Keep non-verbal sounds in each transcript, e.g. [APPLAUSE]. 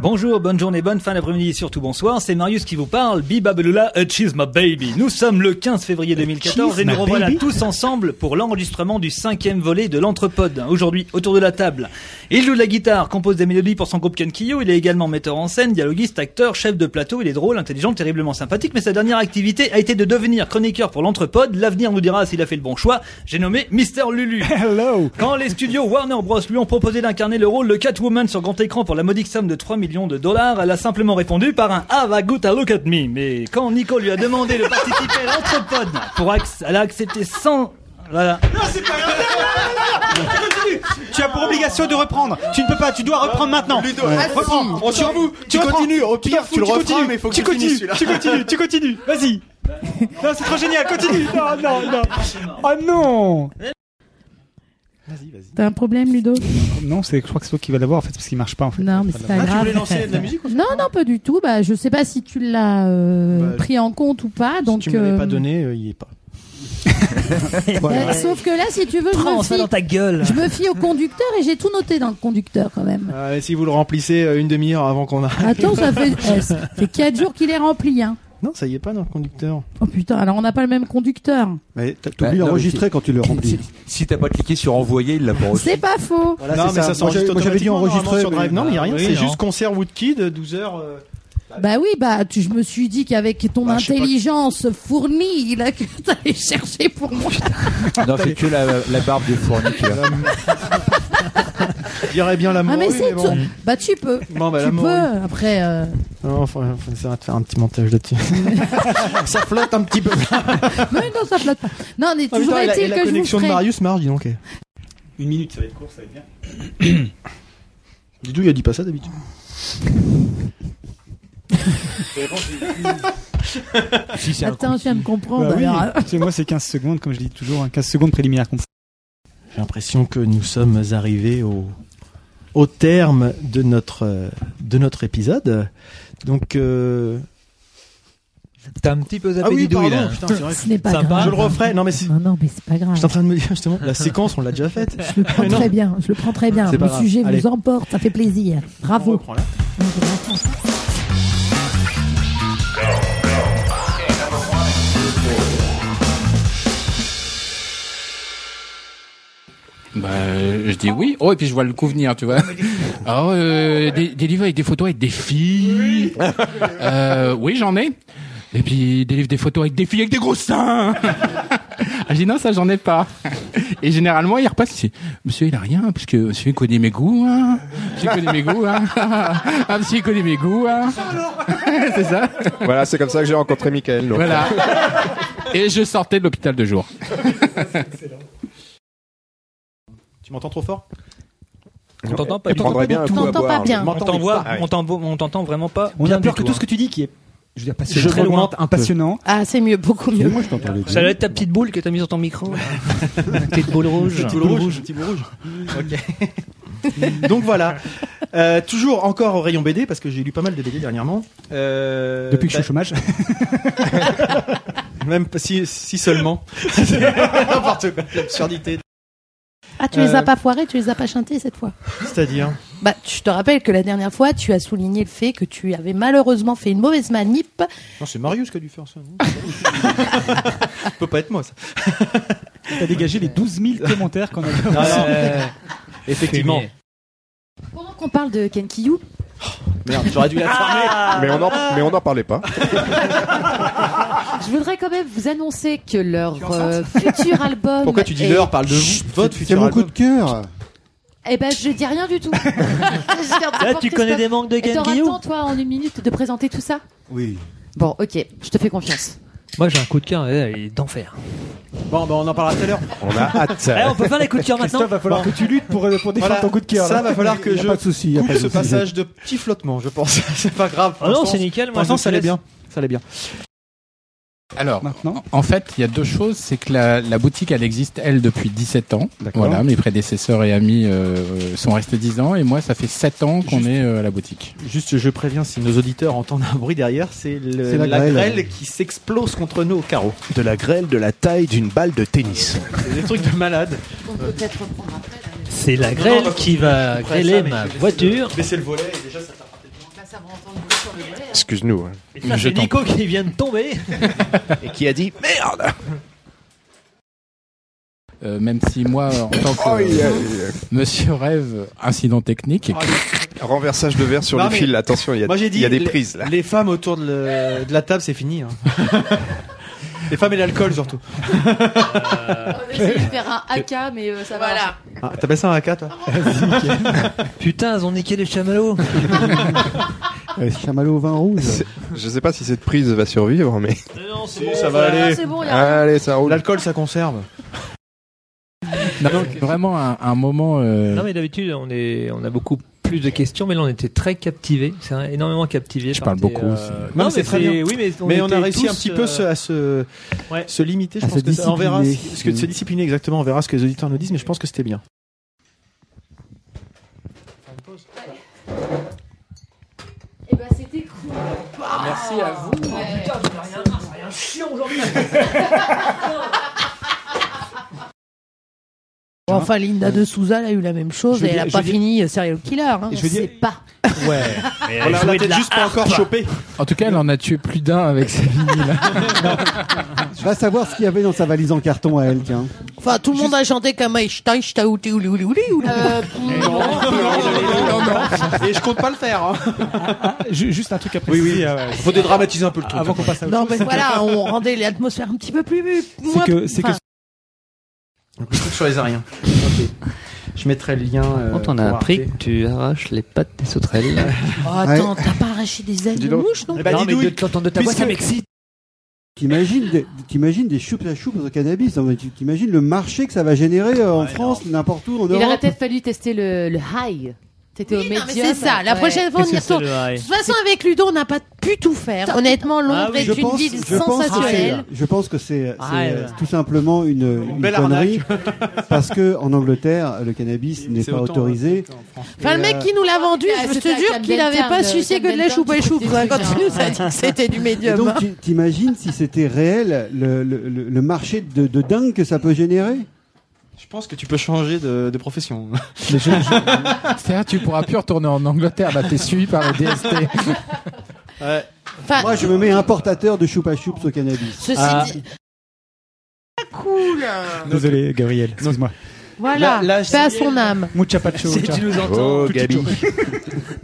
Bonjour, bonne journée, bonne fin d'après-midi et surtout bonsoir. C'est Marius qui vous parle. Bibabelula, a cheese my baby. Nous sommes le 15 février 2014 Uh, cheese, et nous my revoilà baby. tous ensemble pour l'enregistrement du cinquième volet de l'Entrepode. Aujourd'hui, autour de la table, il joue de la guitare, compose des mélodies pour son groupe Kenkyo. Il est également metteur en scène, dialoguiste, acteur, chef de plateau. Il est drôle, intelligent, terriblement sympathique. Mais sa dernière activité a été de devenir chroniqueur pour l'Entrepode. L'avenir nous dira s'il a fait le bon choix. J'ai nommé Mister Lulu. Hello Quand les studios Warner Bros lui ont proposé d'incarner le rôle de Catwoman sur grand écran pour la modique somme de 3 millions de dollars, elle a simplement répondu par un Have a good look at me. Mais quand Nico lui a demandé de participer à l'entrepode, pour acc- elle a accepté sans... Voilà. Tu as pour obligation de reprendre. Tu ne peux pas, tu dois reprendre maintenant. Ludo, reprends, on s'en fout. Tu reprends. continues, au Tu t'en pire, fous, tu le reprends, continues, mais il faut que tu tu continues. finisses celui-là. Tu continues, tu continues, vas-y. Non, c'est trop génial, continue. [LAUGHS] Non, non, non. Oh non Vas-y, vas-y. T'as un problème, Ludo Non, c'est, je crois que c'est toi qui vas l'avoir en fait, parce qu'il marche pas en fait. Non, mais c'est pas Ah, grave. lancer de Ah, [LAUGHS] la musique Non, non, pas du tout. Bah, je sais pas si tu l'as euh, Bah, pris en compte ou pas. Donc, Si tu me l'avais pas euh, donné, euh, il y [LAUGHS] est pas. euh, sauf que là, si tu veux, je me, Prends ça fie, dans ta gueule. je me fie au conducteur et j'ai tout noté dans le conducteur quand même. Ah, mais si vous le remplissez euh, une demi-heure avant qu'on a. Attends, [LAUGHS] ça fait, eh, ça fait 4 jours qu'il est rempli. Hein. Non, ça y est pas dans le conducteur. Oh putain, alors on n'a pas le même conducteur. Mais t'as- Bah, t'oublies non, mais d'enregistrer si- quand tu le remplis. Si, si t'as pas cliqué sur envoyer, il l'a pas reçu. C'est pas faux. Voilà, non, c'est mais ça, s'enregistre Moi, j'avais dit automatiquement, enregistrer. normalement, sur Drive. mais- Non, mais il y a rien. oui, c'est non. juste concert Woodkid, 12 heures. euh, Bah oui, bah tu- je me suis dit qu'avec ton Bah, je sais pas. intelligence fournie, là, que [LAUGHS] t'allais chercher pour moi. Non, c'est que la, la barbe de fourniture. Il y aurait bien l'amour. Ah mais oui, c'est bon. tout. Bah tu peux. Bon, bah, tu l'amour, peux. oui. Après. euh, Non, enfin, on essaiera de faire un petit montage [LAUGHS] là-dessus. [LAUGHS] ça flotte un petit peu. Mais non, ça flatte pas. Non, mais En même toujours temps, Ah, et Ah, la, et est-il la que je vous connexion de ferai. Marius marche, dis donc. eh. Une minute, ça va être court, ça va être bien. Didou, il a dit pas ça d'habitude. si c'est un Attends, je viens de comprendre. Bah oui, alors, euh, chez moi c'est 15 secondes, comme je dis toujours, hein, 15 secondes préliminaires. comme ça. J'ai l'impression que nous sommes arrivés au, au terme de notre, euh, de notre épisode. Donc, euh, T'as un petit peu zappé Didouille, là. Ah putain, c'est vrai. ce n'est pas Sympa. grave. Je le referai. Non, mais c'est- Non, non, mais c'est pas grave. Je suis en train de me dire justement, [LAUGHS] la séquence, on l'a déjà faite. Je le prends Mais non. très bien. Je le prends très bien. C'est Le pas grave. sujet Allez. vous emporte. Ça fait plaisir. On Bravo. reprend là. Oh. Bah, euh, je dis oui. Oh, et puis je vois le coup venir, tu vois. Alors, euh, des, des livres avec des photos avec des filles. [LAUGHS] Euh, oui, j'en ai. Et puis des livres, des photos avec des filles avec des gros seins. [LAUGHS] Ah, je dis non, ça j'en ai pas. Et généralement, il repasse. il dit, Monsieur, il a rien, parce que monsieur il connaît mes goûts. Hein. Monsieur il connaît mes goûts. Hein. [LAUGHS] Ah, monsieur il connaît mes goûts. Hein. [LAUGHS] C'est ça. Voilà, c'est comme ça que j'ai rencontré Michael. donc. Voilà. Et je sortais de l'hôpital de jour. Tu m'entends trop fort On t'entend pas Elle du tout. prendrait bien un On coup à t'entend boire. pas bien. On t'entend voir, on t'entend- on t'entend vraiment pas. On bien a peur du que tout hein. ce que tu dis qui est, je veux dire, Je suis très loin. passionnant, impassionnant. Ah, c'est mieux, beaucoup Mais mieux. Moi, je t'entendais Ça doit bien. être ta petite boule que t'as mise sur ton micro. là. [LAUGHS] petite boule rouge. Petit bout rouge. Hein. Petit bout rouge. ok. [LAUGHS] Donc voilà. Euh, toujours encore au rayon BD parce que j'ai lu pas mal de BD dernièrement. Euh, Depuis que je suis bah, au chômage. Même pas- si, si seulement. N'importe quoi. L'absurdité. Ah, tu les Euh, as pas foirés, tu les as pas chantés cette fois. C'est-à-dire. Bah, je te rappelle que la dernière fois, tu as souligné le fait que tu avais malheureusement fait une mauvaise manip. Non, c'est Marius qui a dû faire ça. non Ça peut pas être moi, ça. T'as dégagé les 12 000 commentaires [LAUGHS] qu'on a eu. Effectivement. Pendant qu'on parle de Kenkiyu, Merde, j'aurais dû la fermer. Mais on en, mais on n'en parlait pas. je voudrais quand même vous annoncer que leur euh, futur album. Pourquoi tu dis est- leur Parle de vous, votre C'est futur mon coup album. de cœur. Eh ben, je dis rien du tout. Là, Ah, Là, tu connais des manques de T'auras Kenkiyo le temps, toi, en une minute, de présenter tout ça Oui. Bon, ok, je te fais confiance. Moi, j'ai un coup de cœur euh, il est d'enfer. Bon, bah, on en parlera tout à l'heure. On a hâte. Eh, on peut faire les coups de cœur maintenant Christophe, va falloir que tu luttes pour, euh, pour défendre Voilà, ton coup de cœur. ça là. va falloir que Y a je Pas de souci. y a coupe pas de ce souci. passage de petit flottement, je pense. [LAUGHS] c'est pas grave. Oh non, c'est nickel. Pour moi, je l'instant, vous ça allait laisse. bien. Ça allait bien. Alors, Maintenant. En fait, il y a deux choses. C'est que la, la boutique, elle existe, elle, depuis 17 ans. D'accord. Voilà, mes prédécesseurs et amis euh, sont restés 10 ans. Et moi, ça fait 7 ans qu'on Juste. est euh, à la boutique. Juste, je préviens si nos auditeurs entendent un bruit derrière, c'est le- C'est la, la grêle. grêle. qui s'explose contre nous au carreau. de la grêle de la taille d'une balle de tennis. C'est des trucs de malade. On peut peut-être reprendre après. C'est la Non, non, grêle bah, qui va on ferait grêler ça, mais ma je vais voiture. Baisser le volet et déjà ça t'a frappé. Bah, hein. Excuse-nous. Et ça, c'est Nico qui vient de tomber. Et qui a dit merde Euh, même si moi, en tant que Oh, il y a- il y a- Monsieur Rêve, incident technique. Oh, Renversage de verre sur Non, le mais- fil, attention, il y a, Moi j'ai dit il y a des les- prises là. Les femmes autour de, le- de la table, c'est [LAUGHS] fini. hein. les femmes et l'alcool surtout. Essayer de faire un AK, mais euh, ça va. Voilà. Ah, T'appelles ça un AK toi Putain, ils ont niqué les chamallows. Euh, Chamallow vin rouge. [LAUGHS] Je sais pas si cette prise va survivre, mais. Non, Si, ça va Ah, aller. C'est bon, il y a Allez, ça roule. L'alcool ça conserve. Non, vraiment un, un moment. euh, Non, mais d'habitude, on, est, on a beaucoup plus de questions, mais là, on était très captivés. C'est un- énormément captivés. Je parle beaucoup aussi. Non, mais c'est très bien. Oui, mais on, mais on était a réussi tous, un petit euh, peu se- à se, ouais. se limiter. Je À pense se que ça- on verra ce, discipliner. ce que de se discipliner exactement. On verra ce que les auditeurs nous disent, mais je pense que c'était bien. Eh ben, c'était cool. Merci à vous. Putain, c'est rien, c'est rien chiant aujourd'hui. Bon, enfin, Linda de Souza, elle a eu la même chose Je veux et elle dire- a je pas veux dire- fini euh, Serial Killer. Hein. Je veux dire- C'est pas. Ouais. on elle l'a jouait de peut-être la juste pas encore chopé. En tout cas, elle en a tué plus d'un avec ses vinyles. [LAUGHS] Va savoir ce qu'il y avait dans sa valise en carton à elle, tiens. Enfin, tout le monde a chanté comme Einstein, Stauti, ouli, ouli, ouli, ouli. Et je compte pas le faire. hein. Ju- Juste un truc à Oui, préciser. euh, oui. Faut dédramatiser un peu le truc. Avant qu'on passe à autre Non, chose. mais voilà, on rendait l'atmosphère un petit peu plus. moins- que- c'est que- enfin, sur les Ariens. Je mettrai le lien. euh, Quand on a pour appris Arte. que tu arraches les pattes des sauterelles. oh, attends, t'as pas arraché des ailes Dis de donc. mouche, non Eh ben, non, mais Didouille, de t'entendre de ta voix, ça puisque- m'excite. T'imagines des, t'imagines des choups à choups au cannabis. hein, mais tu- T'imagines le marché que ça va générer euh, en France, n'importe où, en Il aurait Europe. peut-être fallu tester le, le high. T'étais au Oui, non, médium. mais c'est ça. La Ouais. prochaine fois, on y Qu'est-ce que c'est, retourne. le De high toute façon, avec Ludo, on n'a pas pu tout faire. Honnêtement, Londres Ah oui, est Je une pense, ville je pense que c'est, sensationnelle. je pense que c'est, c'est, Ah, ouais. euh, tout simplement une, une belle connerie [LAUGHS] parce que en Angleterre le cannabis n'est C'est pas autant, autorisé. Enfin, le mec qui nous l'a vendu, Ah, je te c'était à jure Camden qu'il n'avait pas Town, sucé que de Camden la Town, choupe à c'était choupe quoi, quand des il nous a trucs, dit que c'était du Et médium. donc tu- t'imagines si c'était réel le, le- le- le marché de, de dingue que ça peut générer Je pense que tu peux changer de, de profession. Mais je- je- C'est-à-dire, tu pourras plus retourner en Angleterre. Là, t'es suivi par le DST. Ouais. Enfin, Moi je me mets importateur de choupa choups au cannabis. ceci Ah. dit. Cool Désolé, Gabriel. Excuse-moi. Voilà, Là- là, fais à son âme. Mucha Ah, pacho. Si ciao. tu nous entends. Oh, Gabi.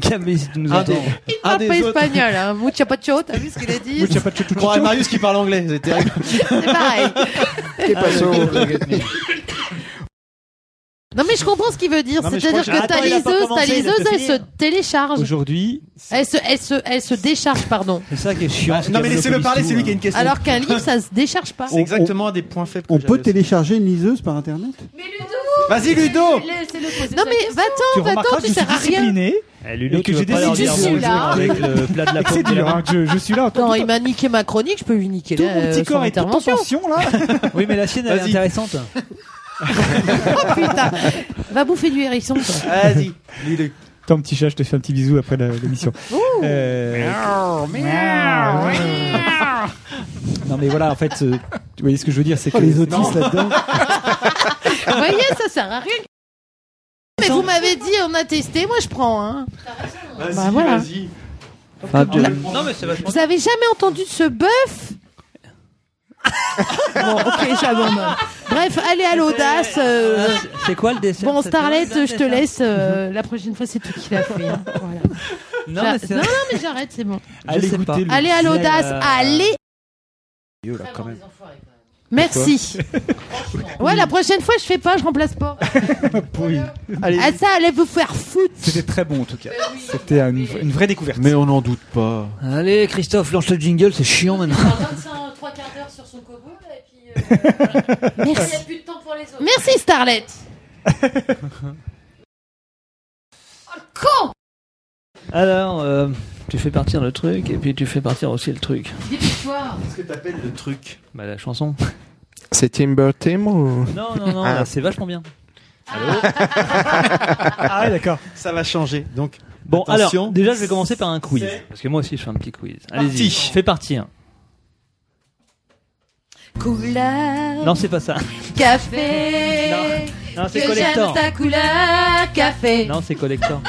Camille, si tu nous Un des- entends. Il un parle des pas autres- espagnol, hein. Mucha pacho, t'as vu ce qu'il a dit Mucha pacho, chou, chou, chou. Marius qui parle anglais, c'est terrible. C'est pareil. T'es pas sûr. Non mais je comprends ce qu'il veut dire, Non, mais je c'est-à-dire crois que- que ta Attends, il a pas liseuse, ta commencé, il a liseuse, pas elle fini. se télécharge. Aujourd'hui, Elle se, elle se, elle se décharge, pardon. C'est ça qui est chiant. Non mais laissez-le parler, c'est lui qui a une question. Alors qu'un [LAUGHS] livre, ça se décharge pas. C'est exactement un des points faibles. que On j'avais peut aussi. télécharger une liseuse par internet Vas-y Ludo. Non mais tu va-t'en, remarqueras va-t'en, que tu je suis sers à rien. discipliné. Eh, Ludo, Et que tu j'ai veux pas leur décidé dire de bonjour là. avec le plat de la [LAUGHS] C'est pomme de dur, la hein, que je, je suis là en Non, tant que il m'a niqué ma chronique, je peux lui niquer tout la, euh, mon petit son corps et toute mon intervention. tension là. [LAUGHS] Oui, mais la sienne, elle est Vas-y. intéressante. Putain, va bouffer du hérisson. toi. Vas-y Ludo. Ton petit chat, je te fais un petit bisou après la- l'émission. Euh, [LAUGHS] non mais voilà, en fait, euh, vous voyez ce que je veux dire, c'est que Oh, les autistes là-dedans. Vous voyez, ça sert à rien. Mais vous m'avez dit, on a testé, moi je prends. Hein. Vas-y, Bah, voilà. vas-y. Ah, bien. Non, mais c'est vachement. Vous avez jamais entendu de ce bœuf Bon, ok, j'abandonne. Bref, allez à l'audace. euh, C'est quoi le dessert Bon, ça Starlet, te plaît je te laisse. euh, la prochaine fois, c'est toi qui l'as fait. hein. Voilà. Non, mais J'a- c'est. non, non, mais j'arrête, c'est bon. allez sais pas. goûter le- Allez à l'audace, euh, allez. [LAUGHS] Merci. Ouais, la prochaine fois, je fais pas, je remplace pas. Oui. Allez. Ah, ça, allez vous faire [LAUGHS] foutre. C'était très bon en tout cas. C'était une, une vraie découverte. Mais on n'en doute pas. Allez, Christophe, lance le jingle, c'est chiant maintenant. trois quarts d'heure sur son kobo, et puis euh, il n'y a plus de temps pour les autres. Merci, Starlet. Alors, euh, tu fais partir le truc et puis tu fais partir aussi le truc. Dépêche-toi. Le truc. Bah, la chanson. C'est Timber Tim ou. Non, non, non, Ah. c'est vachement bien. Ah ouais, d'accord. Ça va changer. Donc Bon, Attention. alors, déjà, je vais commencer par un quiz. C'est- Parce que moi aussi, je fais un petit quiz. Parti. Allez-y, fais partir. Couleur Non, c'est pas ça. café. Non, c'est Collector. couleur café. Non, c'est Collector.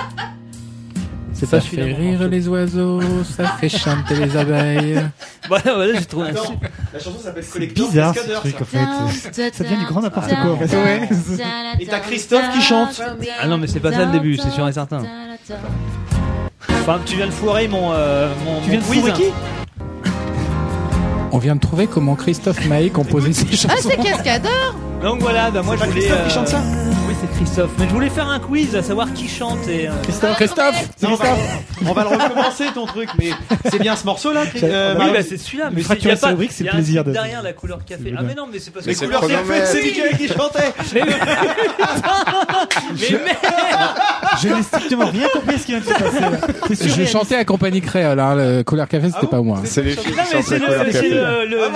C'est ça pas fait celui-là. rire les oiseaux, ça fait chanter les abeilles. Voilà, voilà, j'ai trouvé un Attends, super- la chanson s'appelle Collector Collector Cascadeur, ça. Ça devient du grand n'importe quoi. en fait. Ouais. [LAUGHS] Et t'as Christophe qui chante. Ah non, mais c'est pas ça le début, c'est sûr et certain. Enfin, tu viens de foirer mon. euh, mon Tu viens mon de foirer quiz. On vient de trouver comment Christophe Maé composait ses Ah, chansons. [LAUGHS] c'est Cascadeur Donc voilà, bah moi je voulais. Christophe qui chante ça Oui, c'est Christophe. Mais je voulais faire un quiz à savoir qui chante et. euh, Christophe Non, on va- On va le recommencer ton truc, mais c'est bien ce morceau-là. Chris- euh, oui, Marion bah, c'est celui-là, Une mais il fracture y a pas. cérébrique, c'est il y a le un plaisir type de- derrière la couleur café. Ah mais non, mais c'est parce que Mais c'est le phénomène. café, Oui. Mais mais merde Je n'ai strictement rien compris à ce qui vient de se passer. Je chantais à compagnie créole, hein, le couleur café, c'était pas moi. hein. C'est les filles Non, mais c'est le, c'est le, le-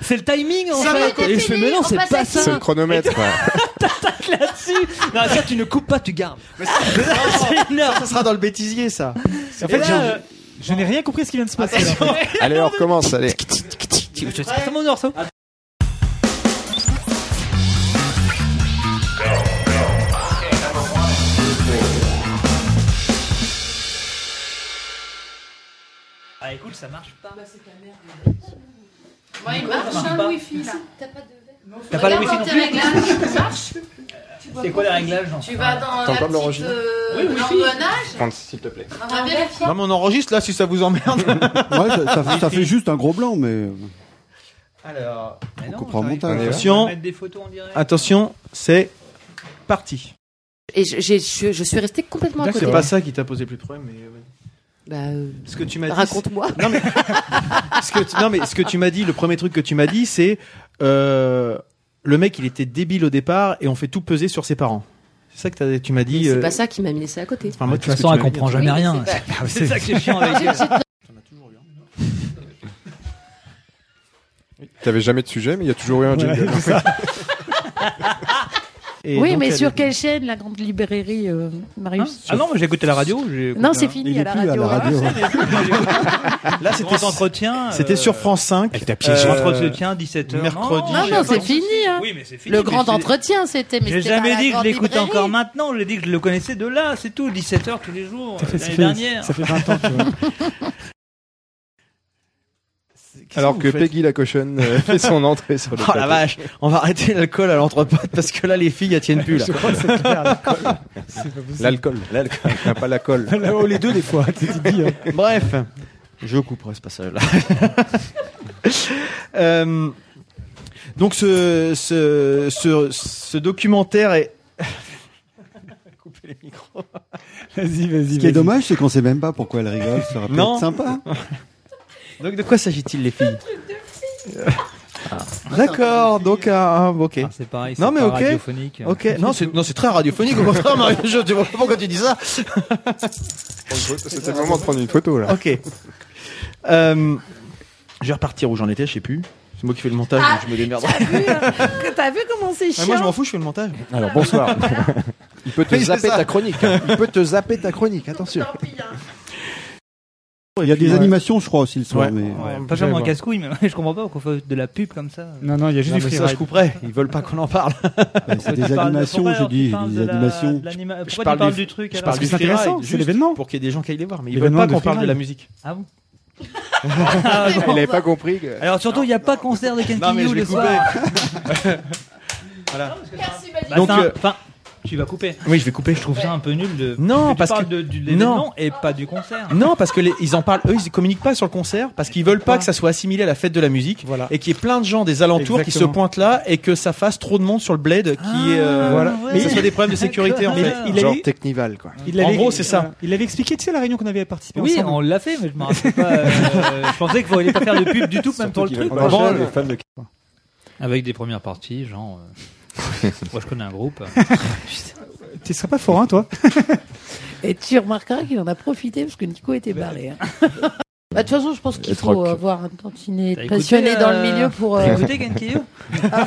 c'est le timing en Ça va, fait. t'es Et je fais, fini, mais non, on c'est passe à pas ça. ça. C'est le chronomètre. quoi. Tac là-dessus. Non, ça, tu ne coupes pas, tu gardes. c'est énorme. Ah, Ça sera dans le bêtisier, ça. En fait, je- je n'ai rien compris à ce qui vient de se passer. allez, on recommence. Allez. C'est pas mon orceau. Ah écoute, ça marche pas. Ouais, il marche, hein, le wifi, là. T'as pas de verre T'as pas le wifi non Regarde dans plus tes réglages, ça marche. Tu vois C'est quoi les pas. réglages Tu vas dans T'entends la pas petite l'enregistrement euh, Oui, wifi. l'engrenage. S'il te plaît. On va vérifier. Non, mais on enregistre là si ça vous emmerde. [LAUGHS] Ouais, ça, ça- ça fait juste un gros blanc, mais. Alors, On comprend mon temps. attention, Ah, attention, c'est parti. Et je, j'ai- je- je suis restée complètement à côté. C'est pas ça qui t'a posé plus de problème, mais euh, Bah, euh, ce que tu m'as dit. Raconte-moi. Non mais, ce que tu, non, mais ce que tu m'as dit, le premier truc que tu m'as dit, c'est euh, le mec, il était débile au départ et on fait tout peser sur ses parents. C'est ça que t'as- tu m'as dit. C'est euh, pas ça qui m'a mis laissée à côté. enfin, moi, De toute tout ce que façon, tu elle m'as dit, comprend en tout jamais cas. rien. Oui, c'est pas- Ah, C'est ça qui est chiant avec elle. T'avais jamais de sujet, mais il y a toujours eu un Voilà, jingle. c'est ça. Et oui, donc, mais elle- sur quelle chaîne la grande librairie, euh, Marius Ah non, mais j'ai écouté la radio. j'ai écouté Ah Non, la- c'est fini à la radio. hein. Là, c'était euh, entretien. C'était sur France 5. Avec ta pièce. Euh, entretien 17h. Mercredi. Non, non, c'est fini. hein. Oui, mais c'est fini, Le mais grand c'est- entretien, c'était. mais J'ai c'était jamais dans dit la que je grande l'écoutais librairie. encore maintenant, j'ai dit que je le connaissais de là, c'est tout, 17h tous les jours, Ça fait- ça l'année fait- dernière. ça fait 20 ans, tu Alors vous que faites Peggy la cochonne euh, fait son entrée sur le Oh la plateau. vache, on va arrêter l'alcool à l'entrepote parce que là les filles elles tiennent plus là. Je crois que c'est clair, l'alcool. L'alcool, l'alcool, pas la colle. Oh, Là-haut les deux des [LAUGHS] fois. hein. Bref, je couperai ce passage-là. [LAUGHS] Euh, donc ce, ce, ce, ce documentaire est... Couper les micros. Vas-y, vas-y. Ce qui est dommage, c'est qu'on sait même pas pourquoi elle rigole. Ça aurait pu Non. être sympa. Donc de quoi s'agit-il les filles Ah. D'accord, donc un- un- ok. Ah. Ah, c'est pareil, Non c'est mais pas ok. radiophonique. Ok, non c'est non c'est très radiophonique au contraire. Mario, je tu vois pas pourquoi tu dis ça. C'était le moment de prendre une photo là. Ok. Euh, je vais repartir où j'en étais, je sais plus. C'est moi qui fais le montage, donc je me démerde. [LAUGHS] T'as vu comment c'est Ah, chiant moi [LAUGHS] je m'en fous, je fais le montage. Alors bonsoir. [LAUGHS] Il peut te zapper ta chronique, hein. Il peut te zapper ta chronique, attention. hein. Il y a des Ouais. animations, je crois, aussi le soir. Ouais. Mais... Ouais. Pas J'allais vraiment un voir. casse-couille, mais je comprends pas pourquoi on fait de la pub comme ça. non, il y a juste Non, du mais free ça, je ride. couperai. Ils veulent pas qu'on en parle. c'est des animations, je dis. Des animations. Pourquoi tu parles du truc Je alors parle du Parce que c'est free ride, intéressant, c'est juste l'événement. Pour qu'il y ait des gens qui aillent les voir, mais ils veulent L'événement pas de qu'on free parle de ride. la musique. Ah bon Ah, Il bon. avait pas compris que. Alors surtout, il n'y a pas de concert de Non, Kenkyu mais je vais le soir. Voilà. Bah, Donc, c'est un- euh, enfin, tu vas couper. Oui, je vais couper. Je trouve ça un peu nul de. Non, tu parce parles que- de, du- de non. l'événement et pas du concert. Non, parce que les- ils en parlent, eux, ils communiquent pas sur le concert parce qu'ils veulent pas que ça soit assimilé à la fête de la musique et qu'il y ait plein de gens des alentours qui se Exactement. pointent là et que ça fasse trop de monde sur le bled qui est euh, Voilà. que ça soit des problèmes de sécurité en Mais fait. il a Genre eu- Technival quoi. Il en l'avait- gros, c'est ça. Il l'avait expliqué, tu sais, à la réunion qu'on avait participé Oui, ensemble. on l'a fait, mais je m'en rappelle pas. euh, [LAUGHS] je pensais qu'il fallait pas faire de pub du tout, même pour le truc. quoi. Bon, le- Avec des premières parties, genre. euh, Moi, je connais un [LAUGHS] groupe. Tu serais pas forain, toi Et tu remarqueras qu'il en a profité parce que Nico était barré. hein. [LAUGHS] Bah, de toute façon, je pense qu'il faut troc. avoir un tantinet T'as de écouté, passionné dans le euh, [LAUGHS] milieu pour. t'as euh, écouté Kenkyu Putain,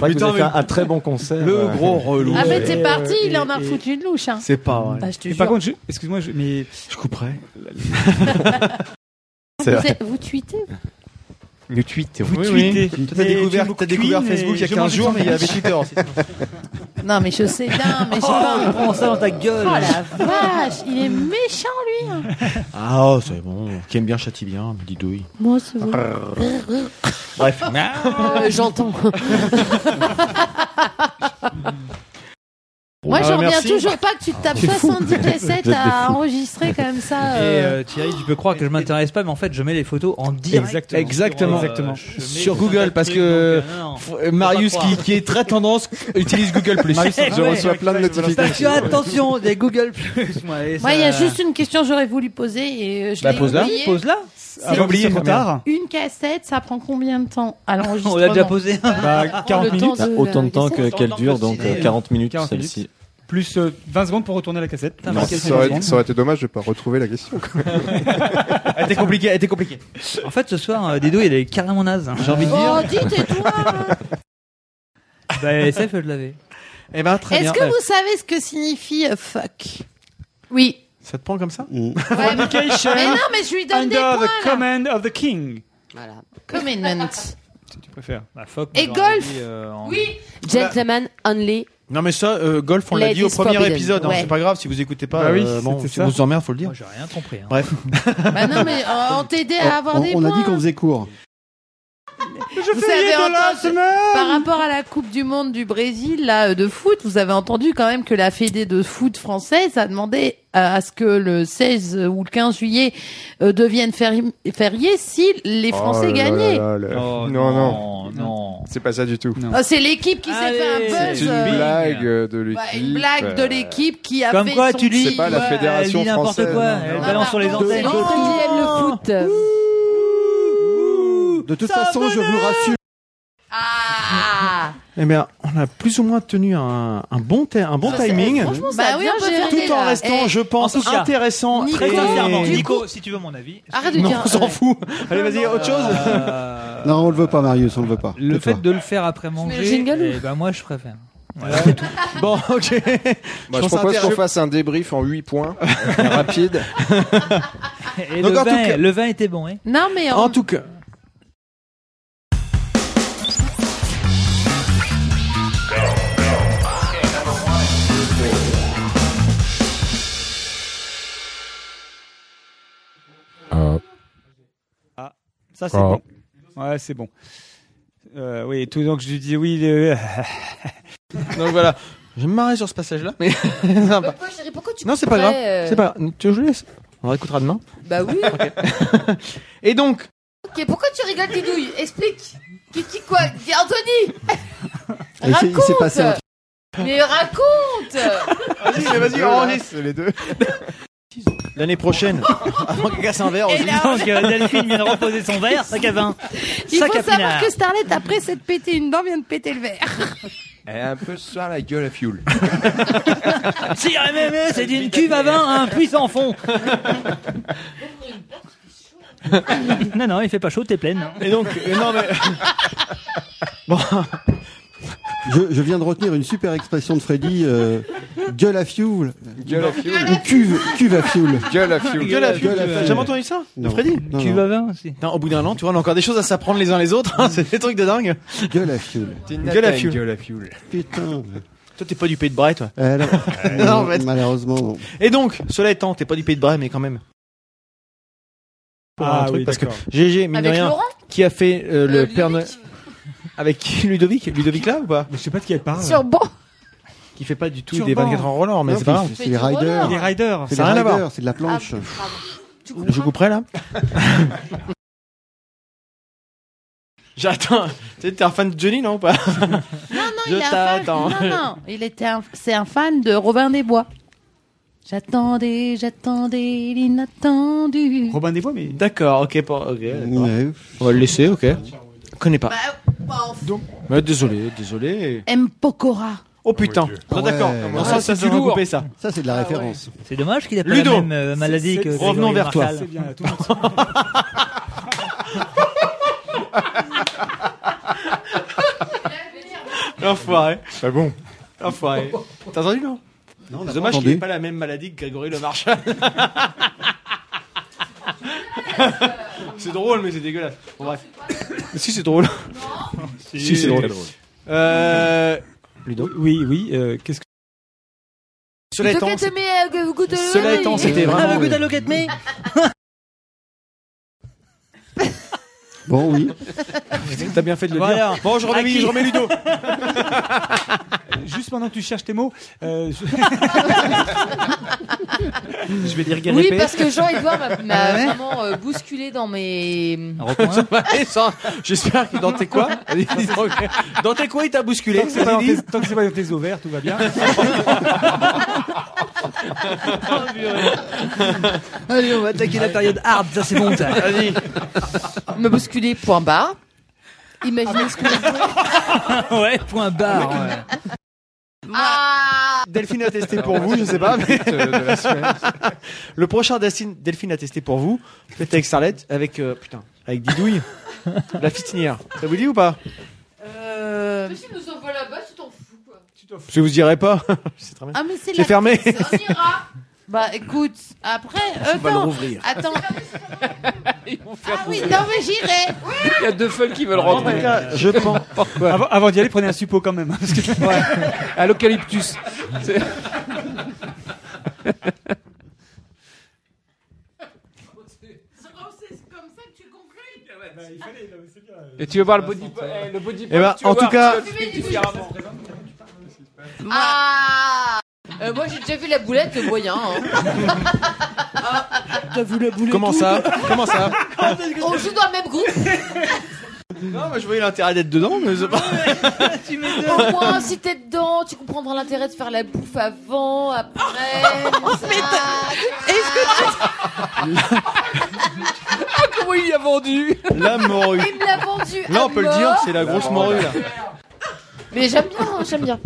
vous avez fait mais- un, un très bon concert. Le euh, gros relou. Ah, mais t'es Et, parti, euh, il en a et- foutu une louche. Hein. C'est pas vrai. Bah, je te Mais jure. par contre, je- excuse-moi, je- mais Je couperai. vous, êtes- vous tweetez Le tweet. Vous Oui, tweetez. oui. Toi, t'as Et découvert, Facebook t'as découvert Queen Facebook il y a et je mange 15 jours, [LAUGHS] des mais il y avait sandwichs. Twitter aussi. Non, mais je sais bien, mais j'ai pas. il prend ça dans ta gueule. Oh la vache, il est méchant lui. hein. Ah, oh, c'est bon. Qui aime bien châtie bien, me dit douille. Moi, c'est bon. Bref. Ah, Euh, [LAUGHS] J'entends. Moi, Ah, j'en reviens merci. toujours pas que tu te tapes C'est fou. 70 cassettes Vous êtes des à fous. enregistrer comme ça. Et euh. euh, Thierry, tu peux croire que je m'intéresse pas, mais en fait, je mets les photos en direct. Exactement. Exactement. Sur, euh, Exactement. je mets Sur des Google, parce trucs, que donc, euh, non, non. f- euh, Marius, qui, qui est très tendance, utilise Google Plus. Marius, Je reçois plein de notifications. attention, des Google Plus. Moi, et Moi, il y ça- a juste une question que j'aurais voulu poser et euh, je Bah, l'ai pose-la. oubliée. Pose-la. bah C'est- Ah, j'ai oublié, c'est trop tard. Une cassette, ça prend combien de temps à l'enregistrement On l'a déjà posé. hein. Ah, Bah, Bah, 40 le temps minutes. de Bah, la autant de temps que- cassette. qu'elle dure, donc Et, euh, euh, 40 minutes 40 celle-ci. minutes. Plus euh, 20 secondes pour retourner la cassette. Non, ça, aurait, ça aurait été dommage de pas retrouver la question. quoi. Elle était compliquée, elle était compliquée. En fait, ce soir, euh, Dido, il est carrément naze. hein. J'ai envie de Oh, dites et toi [LAUGHS] Bah, SF, je l'avais. [LAUGHS] Eh ben, très Est-ce bien. que Ouais. vous savez ce que signifie euh, fuck Oui. Ça te prend comme ça Mm. Fornication Mais non, mais je lui donne des under points, the là. command of the king. Voilà. Commitment. Tu préfères Bah, Et golf euh, Oui. Gentleman only. Non, mais ça, euh, golf, on l'a Ladies dit au premier forbidden. épisode. hein, Ouais. c'est pas grave si vous écoutez pas. Bah oui, euh, bon, c'était si ça. vous emmerde, faut le dire. Moi, j'ai rien compris. hein. Bref. Bah non, mais euh, on t'aidait à avoir des on points. a dit qu'on faisait court. Je vous payais avez de la entendu, par rapport à la Coupe du Monde du Brésil là euh, de foot, vous avez entendu quand même que la fédé de foot française a demandé euh, à ce que le 16 ou le 15 juillet euh, devienne féri- férié si les Français Oh là là gagnaient. là là. non, non, non. C'est pas ça du tout. Ah, c'est l'équipe qui s'est fait un C'est buzz. une euh, blague euh, de l'équipe. bah, une blague de euh, l'équipe qui a Comme fait quoi, son tu dis- petit- C'est pas la Ouais, fédération elle dit n'importe française. hein. quoi, Non, elle non, balance non, sur les pardon, antennes. c'est Oh. qui aime le foot. De toute façon, je vous rassure. Ah Eh bien, on a plus ou moins tenu un, un bon, te- un bon Ah, Ça, c'est- timing. franchement, Bah oui, on peut faire des tout en là. restant, Eh, je pense, en tout cas, intéressant. Très et- sincèrement, Nico, si tu veux mon avis. Euh, Arrête Non, on s'en fout. Allez, vas-y, autre chose. Non, on le veut pas, Marius, on le veut pas. [LAUGHS] Le Tais-toi. fait de le faire après le manger, jingle eh ben moi je préfère. bon, ok. Bah, Je je pense propose inter- qu'on fasse un débrief en 8 points, [LAUGHS] euh, rapide. Et Donc, le, en tout vin, cas- le vin était bon, hein Non mais En tout cas. Ça, c'est Oh. bon. Ouais, c'est bon. Euh, oui, et tout donc je lui dis oui. euh, le- Donc voilà. Je vais me marrer sur ce passage-là, mais [LAUGHS] sympa. Pourquoi tu Non, c'est pas grave. couperais, euh, C'est pas. Tu veux que je laisse On la réécoutera demain. Bah [LAUGHS] oui. Et donc, Ok, pourquoi tu rigoles, Didouille Explique. Qui, qui, quoi Dis, Anthony Et c'est- Il s'est Raconte. passé un truc. Mais Oh, raconte vas-y, enregistre. les deux. L'année prochaine, [LAUGHS] avant qu'elle casse un verre, Et je- là, Donc euh, Delphine vient de reposer son verre, sac à vin, Il sac faut à pinard. savoir que Starlet, après s'être pété une dent, vient de péter le verre. Elle a un peu ce soir la gueule à fuel. Si RMME, c'est une cuve à vin à un puits sans fond. [LAUGHS] non, non, il fait pas chaud, t'es pleine. Et donc, euh, non mais. Je, je viens de retenir une super expression de Freddy euh, gueule à fuel. Gueule [LAUGHS] à fuel. Ou cuve, cuve à fuel. Gueule à fuel. Gueule à fuel. Gueule à fuel. J'ai jamais entendu ça de Non. Freddy Non, Tu non. vas bien aussi. Non, au bout d'un an, tu vois, on a encore des choses à s'apprendre les uns les autres. hein, c'est des trucs de dingue. Gueule à fuel. Gueule à fuel. Gueule à fuel. Putain. Toi, t'es pas du pays de Bray, toi. Eh, là- Non, en fait. Malheureusement, bon. Et donc, cela étant, t'es pas du pays de Bray, mais quand même. Pour Ah un truc, oui, parce que d'accord. GG, mine de Avec rien, Laurent qui a fait euh, le Père Noël. Avec qui Ludovic Ludovic là ou pas Je sais pas de qui elle Ah. parle. Sur bon. Oh, Qui fait pas du tout Turban. des 24 heures Roland, mais Non, c'est pas grave. puis c'est les riders. Les riders. C'est Ça les a rien à voir. riders, c'est de la Ah, planche. Je couperai là [LAUGHS] J'attends. Tu sais, T'es un fan de Johnny, non ou pas Non, non, Je il est un fan. t'attends. Non, non, il était un- c'est un fan de Robin des Bois. J'attendais, j'attendais l'inattendu. Robin des Bois, mais. D'accord, ok. Pour... ok, d'accord. Ouais. On va le laisser, ok. Je connais pas. Bah, enfin, Mais désolé, désolé. M. Pokora. Oh putain. Ah ouais. D'accord. Ah Non, ouais, ça, ça, c'est ça, du on va lourd. couper ça. Ça, c'est de la référence. C'est dommage qu'il a pas Ludo. la même euh, maladie C'est- que. c'est- revenons vers toi. C'est bien, tout L'enfoiré. Bah bon. L'enfoiré. T'as entendu, non Non, on a C'est dommage pas qu'il n'ait entendu. pas la même maladie que Grégory Le Marchal. c'est drôle, mais c'est dégueulasse. Bon, bref. si, c'est drôle. Si, c'est drôle. Euh, Oui, oui. euh, Qu'est-ce que Cela étant, c'est- euh, Ah Cela étant, c'était vraiment. Have a good le- look at me. Bon, oui. T'as bien fait de le Voilà. dire. Bon, je remets- Ah [LAUGHS] je remets [LAUGHS] Ludo. Juste pendant que tu cherches tes mots, euh, je... [LAUGHS] Je vais dire Oui, parce que Jean-Edouard m'a m'a Ah ouais vraiment euh, bousculé dans mes. Ah J'espère que dans tes quoi Dans tes quoi il t'a bousculé Tant que c'est pas, dans tes- tant que c'est pas dans tes ovaires, tout [LAUGHS] va bien. Oh, Allez, on va attaquer la période hard, ça c'est bon. ça. Vas-y. Me bousculer, point barre. Imaginez ce que ouais, point barre. ouais. Delphine a testé pour vous, je sais pas. mais- [LAUGHS] le prochain Delphine, Delphine a testé pour vous, peut-être avec Starlette, avec euh, putain, avec [LAUGHS] Didouille, la fistinière. Ça vous dit ou pas Euh... tu nous envoies là-bas, tu t'en fous. Je vous dirai pas. C'est très bien. Ah, mais c'est C'est la- fermé. On ira. Bah écoute, après, On va le attends, rouvrir. attends. ah oui, rouvrir. non mais j'irai. Il y a deux feuilles qui veulent En tout rentrer. cas, je pense. Avant, avant d'y aller, prenez un suppôt quand même. hein, Parce que... À l'eucalyptus. C'est- Et tu veux voir le body eh, le body Eh ben, tu veux en tout voir, cas- tu vas le faire différemment. Ah Euh, Moi, j'ai déjà vu la boulette moyen. hein. T'as vu la boulette Comment ça Comment ça On joue dans le même groupe. Non, moi je voyais l'intérêt d'être dedans, mais c'est pas. Au moins, si t'es dedans, tu comprendras l'intérêt de faire la bouffe avant, [LAUGHS] après. Est-ce que [LAUGHS] Ah, comment il y a vendu La morue. Il me l'a vendu. Là, à on peut le mort. dire, c'est la grosse morue là. Mais j'aime bien, hein, j'aime bien.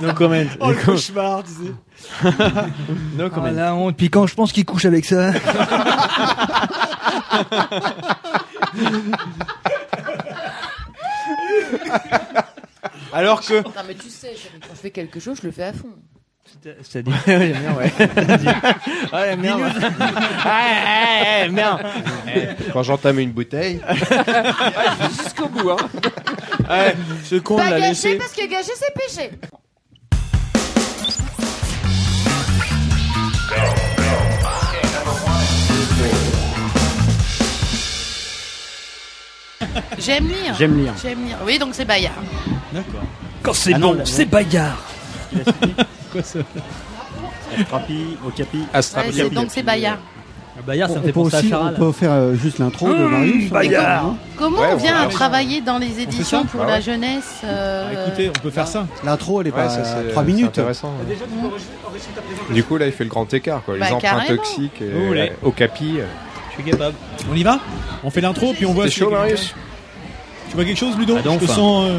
No comment. Oh, le cauchemar, tu no comment. Ah, la honte. Puis quand je pense qu'il couche avec ça. Alors que. Non, mais tu sais, chérie, quand je fais quelque chose, je le fais à fond. C'est dit. Ouais, j'aime bien, ouais. Ah, j'aime bien, ouais. Ah, ouais, merde. Quand j'entame une bouteille. Jusqu'au bout, hein. Ouais, ce con Pas l'a gâché laissé. parce que gâché, c'est péché. J'aime lire. J'aime lire. J'aime lire. Oui, donc c'est Bayard. D'accord. Quand c'est Ah non, bon, la- c'est bagarre. Quoi ça Astrapi, Okapi. Ouais, c'est- donc c'est Bayard. Bayard, on, peut aussi, on peut faire euh, juste l'intro de Marius. Bayard. Comment Ouais, on vient voilà. à travailler dans les éditions ça pour Bah la ouais. jeunesse euh, on peut faire ça. L'intro, elle est Ouais, pas ça, à c'est- 3 c'est minutes. intéressant. Du coup, là, il fait le grand écart, quoi. Les Bah, emprunts carrément. toxiques, et, Oulé. euh, au capi. euh. Je suis capable. On y va On fait l'intro, puis on voit. T'es si chaud, il y a quelqu'un. Marius Tu vois quelque chose, Ludo donc, Je te enfin. sens. euh,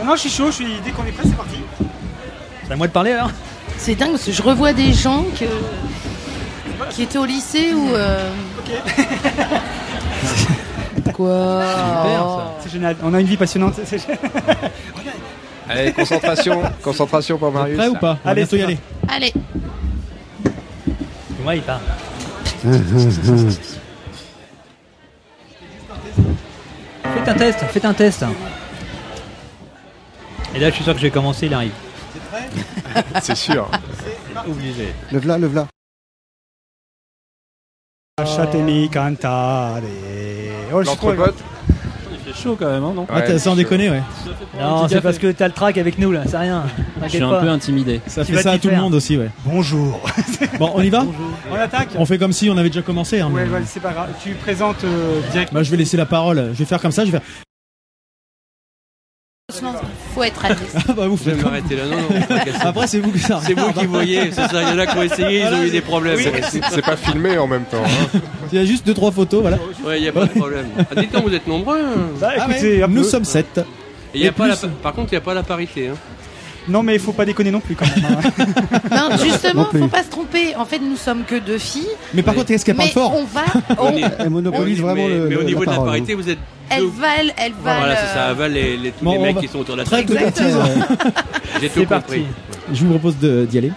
Non, non, je suis chaud. Je suis... Dès qu'on est prêt, c'est parti. C'est à moi de parler alors C'est dingue parce que je revois des gens que... qui étaient au lycée ou. euh, [LAUGHS] Quoi C'est génial. On a une vie passionnante. C'est Allez, concentration, concentration pour Marius. prêt ou pas On va Allez, bientôt y c'est aller. Allez. Moi, il part. [LAUGHS] Faites un test, faites un test. Et là, je suis sûr que je vais commencer, il arrive. C'est sûr. Obligé. Le v'là, le v'là. Lasciatemi cantare. Oh, je suis trop- L'entrepote. Il fait chaud quand même, hein, non Ah, t'as- sans déconner, ouais. Non, c'est parce parce que que t'as le track avec nous là, c'est rien. Je suis un peu intimidé. Ça fait ça à tout le monde aussi, ouais. Bonjour. Bon, on y va On attaque On fait comme si on avait déjà commencé. hein, Ouais, mais- ouais, c'est pas grave. Tu présentes euh, direct. Bah, je vais laisser la parole. Je vais faire comme ça. Je vais. faire- Franchement, faut être agressif. Ah bah vous Je vais faites. comme- m'arrêter là. Non, non, non, t'inquiète. Après c'est vous qui ça. C'est vous qui voyez, c'est ça, il y en a qui ont essayé, ils ont eu des problèmes. C'est- C'est c'est pas filmé en même temps. hein. Il y a juste deux trois photos, voilà. Ouais, il n'y a pas de problème. Ah, Dites-moi, vous êtes nombreux. hein. Ah ouais, nous sommes sept. Et y a Et pas la- plus. Par contre, il n'y a pas la parité. Hein. Non, mais il faut pas déconner non plus quand même. hein. Non, Ben, justement, Non plus. faut pas se tromper. En fait, nous sommes que deux filles. Mais par contre, est-ce qu'elle qu'elle parle parle Mais fort on va. on- Elle monopolise vraiment mais, le. mais au le- niveau la de la parole. parité, vous êtes. Elle valent, elle valent. Voilà, euh, c'est ça, avale les, les- tous Bon, les on mecs va- qui sont autour de la Très table. peu Exactement. J'ai tout compris. Je vous propose de- d'y aller.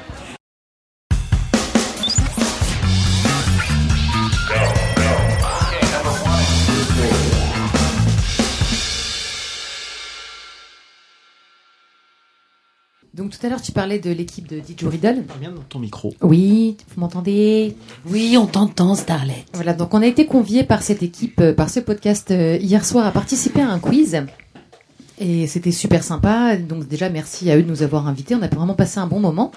Donc tout à l'heure, tu parlais de l'équipe de DJ Riddle. Ton micro. Oui, vous m'entendez Oui, on t'entend, Starlet. Voilà, donc on a été conviés par cette équipe, euh, par ce podcast euh, hier soir à participer à un quiz. Et c'était super sympa. Donc déjà, merci à eux de nous avoir invités. On a vraiment passé un bon moment.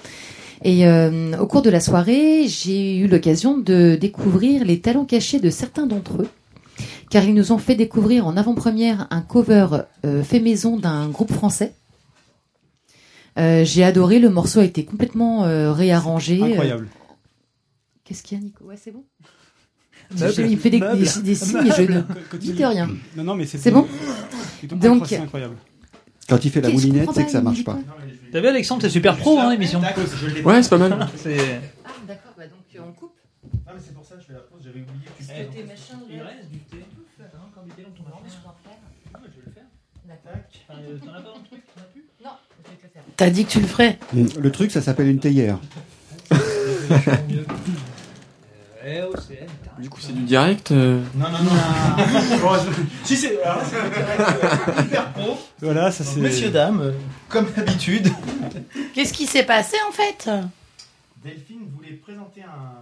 Et euh, au cours de la soirée, j'ai eu l'occasion de découvrir les talents cachés de certains d'entre eux. Car ils nous ont fait découvrir en avant-première un cover euh, fait maison d'un groupe français. Euh, j'ai adoré, le morceau a été complètement euh, réarrangé. Incroyable. Qu'est-ce qu'il y a, Nico Ouais, [LAUGHS] c'est bon. Meuble. Il me fait des, Meuble. des- des signes et je ne Meuble. dis de rien. Non, non, mais c'est bon. C'est Donc- incroyable. Quand il fait la Qu'est-ce qu'on moulinette, prend c'est que pas ça une marche pas. T'as vu, Alexandre, c'est super pro, hein, l'émission. Ouais, c'est pas mal. C'est- Ah, D'accord, bah euh, donc on coupe. Ah, mais c'est pour ça que je fais la pause, j'avais oublié Eh, que Est-ce que t'es machin de- Il reste du thé. Quand du thé, on tombe à Ah, mais je vais le faire. Tac. Euh, T'en as pas dans le truc T'en as plus Non, je vais te le faire. T'as dit que tu le ferais. Le truc, ça s'appelle une théière. Du coup, c'est du direct. euh, Non, non, [LAUGHS] non. si c'est. Alors là, c'est hyper pro. Voilà, ça c'est. Messieurs, dames, euh, comme d'habitude. Qu'est-ce qui s'est passé en fait Delphine voulait présenter un.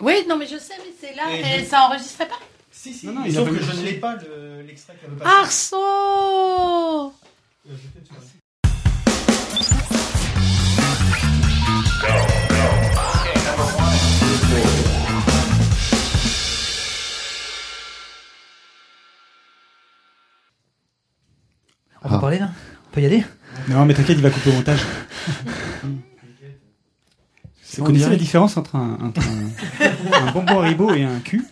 Oui, non, mais je sais, mais c'est là, Et et Eh, je- ça enregistrait pas. Si, si, Non, non, il sauf a pas que mis- je ne l'ai pas le- l'extrait qu'elle veut passer. Arceau Euh, je fais sur- On peut parler là On peut y aller [LAUGHS] Non, mais t'inquiète, il va couper au montage. C'est en vous connaissez direct. la différence entre un, entre un, un bonbon ribot et un cul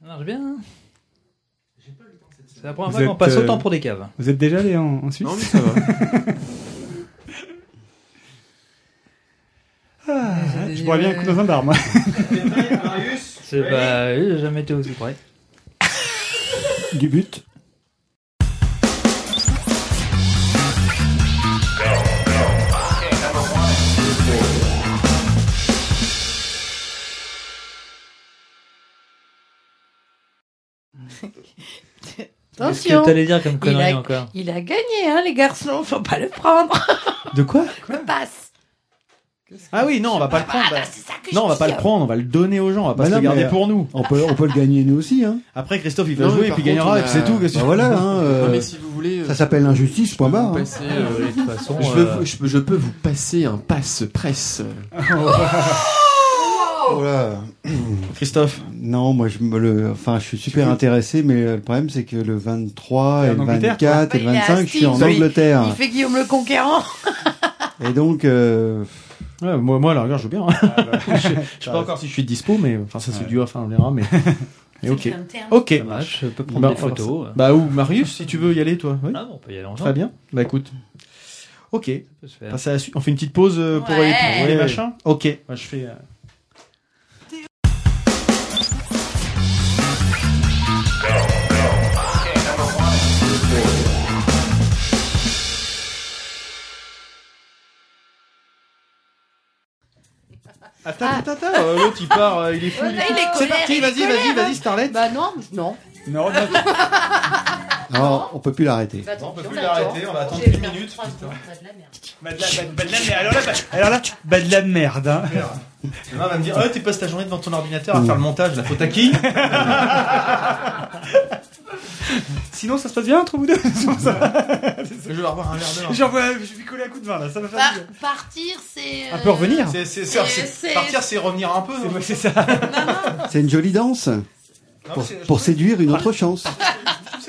Ça marche bien. hein C'est la première Vous fois qu'on êtes, passe autant euh, pour des caves. Vous êtes déjà allé en, en Suisse Non, mais ça va. Ah, je bois bien un coup dans un bar, moi. C'est bah, oui, j'ai jamais été aussi près. du but. Qu'est-ce que t'allais dire comme connerie il a, encore Il a gagné, hein, les garçons, faut pas le prendre. De quoi Le passe. Ah oui, non, on va pas le bah, prendre. bah, non, on va pas hein. le prendre, on va le donner aux gens, on va pas Bah se non, le garder mais, pour nous. On peut, on peut le gagner nous aussi. Hein. Après, Christophe, il va Non, mais jouer et par puis il contre, gagnera, on et puis c'est a- tout. qu'est-ce que Bah tu- voilà, hein, euh, Non, mais si vous voulez, euh, ça s'appelle l'injustice, point barre. hein. passer, euh, de toute façon, Je je, veux- veux- je peux- je peux vous passer un passe-presse. Oh là. Christophe Non, moi je me le. Enfin, je suis super intéressé, mais euh, le problème c'est que le 23 et en le Angleterre, 24 et le Il est à 25, je suis en Steam, lui. Angleterre. Il fait Guillaume le Conquérant. Et donc. euh, Ouais, moi, moi, à la rigueur, je veux bien. Ah, bah [LAUGHS] je, je sais pas encore si je suis dispo, mais enfin, ça c'est du off, hein, on verra. [LAUGHS] Mais, mais ok. le terme. Ok. Ça marche, je peux prendre Bah, des on va voir photos. ça. Bah, ou Marius, si tu veux y aller, toi. Oui. Ah, bon, on peut y aller ensemble. Très bien. Bah, écoute. Ok. peut se faire. Bah, ça, on fait une petite pause euh, pour Ouais. aller trouver les Ouais. machins. Ok. Bah, je fais. euh, Attends, attends, attends, euh, l'autre il part, euh, il est fou. Ah. Ouais, bah, il- il est C'est colère, parti, il est vas-y, vas-y, colère, vas-y, hein. Starlet. Bah non, non. Non, Alors, on peut plus l'arrêter. on peut plus l'arrêter, on va attendre une minute. Bah de la, bah, bah de la merde. Alors là, bah, alors là, bah de la merde. Hein. Demain, va me dire, oh, tu passes ta journée devant ton ordinateur à faire le montage, la faute à qui Sinon, ça se passe bien entre vous deux Je vais revoir un verre d'heure. Je vais coller un coup de vin là, ça va faire du bien. Partir, c'est. Un peu revenir. C'est- c'est- c'est- c'est- c'est- partir, c'est revenir un peu. C'est ça. C'est une jolie danse. Pour, pour séduire une autre chance.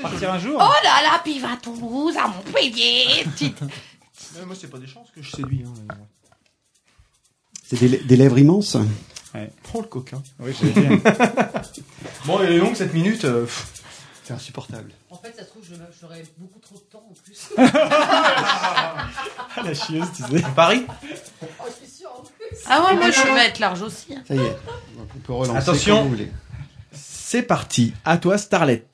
Partir un Oh jour. là là, puis il va à Toulouse, à Montpellier. petite- moi, c'est pas des chances que je hein. séduis. C'est des, des lèvres immenses. Prends le coquin. Oui, je sais bien. bon, elle est longue cette minute. euh, pff, c'est insupportable. En fait, ça se trouve, je- j'aurais beaucoup trop de temps en plus. La chieuse, tu sais. Paris Oh, je suis sûre en plus. Ah ouais, moi je vais être large aussi. hein. Ça y est. On peut relancer Attention. quand vous voulez. C'est parti. À toi, Starlet.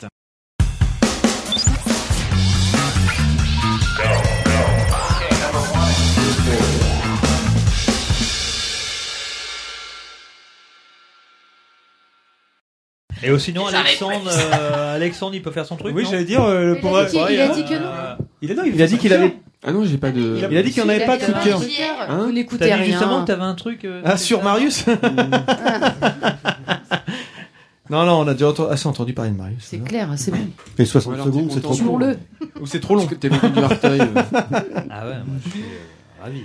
Et aussi, sinon, Ça Alexandre, euh, Alexandre, il peut faire son truc. Oui, non Euh, j'allais dire, euh, le Il a pauvre- dit qu'il- il a dit que non. Il a, Il a dit qu'il avait. Ah non, j'ai pas de. Il a dit qu'il n'y en avait pas de euh, coup de cœur. Hein Vous n'écoutez T'as dit rien. justement que t'avais un truc, euh, Ah, sur Marius [LAUGHS] Non, non, on a déjà ento- assez entendu parler de Marius. C'est clair, c'est bon. Mais 60 Alors, secondes, t'es c'est trop content court. Jure-le. Ou c'est trop long. Parce que t'es venu du Arteuil, euh. Ah ouais, moi je suis euh, ravi.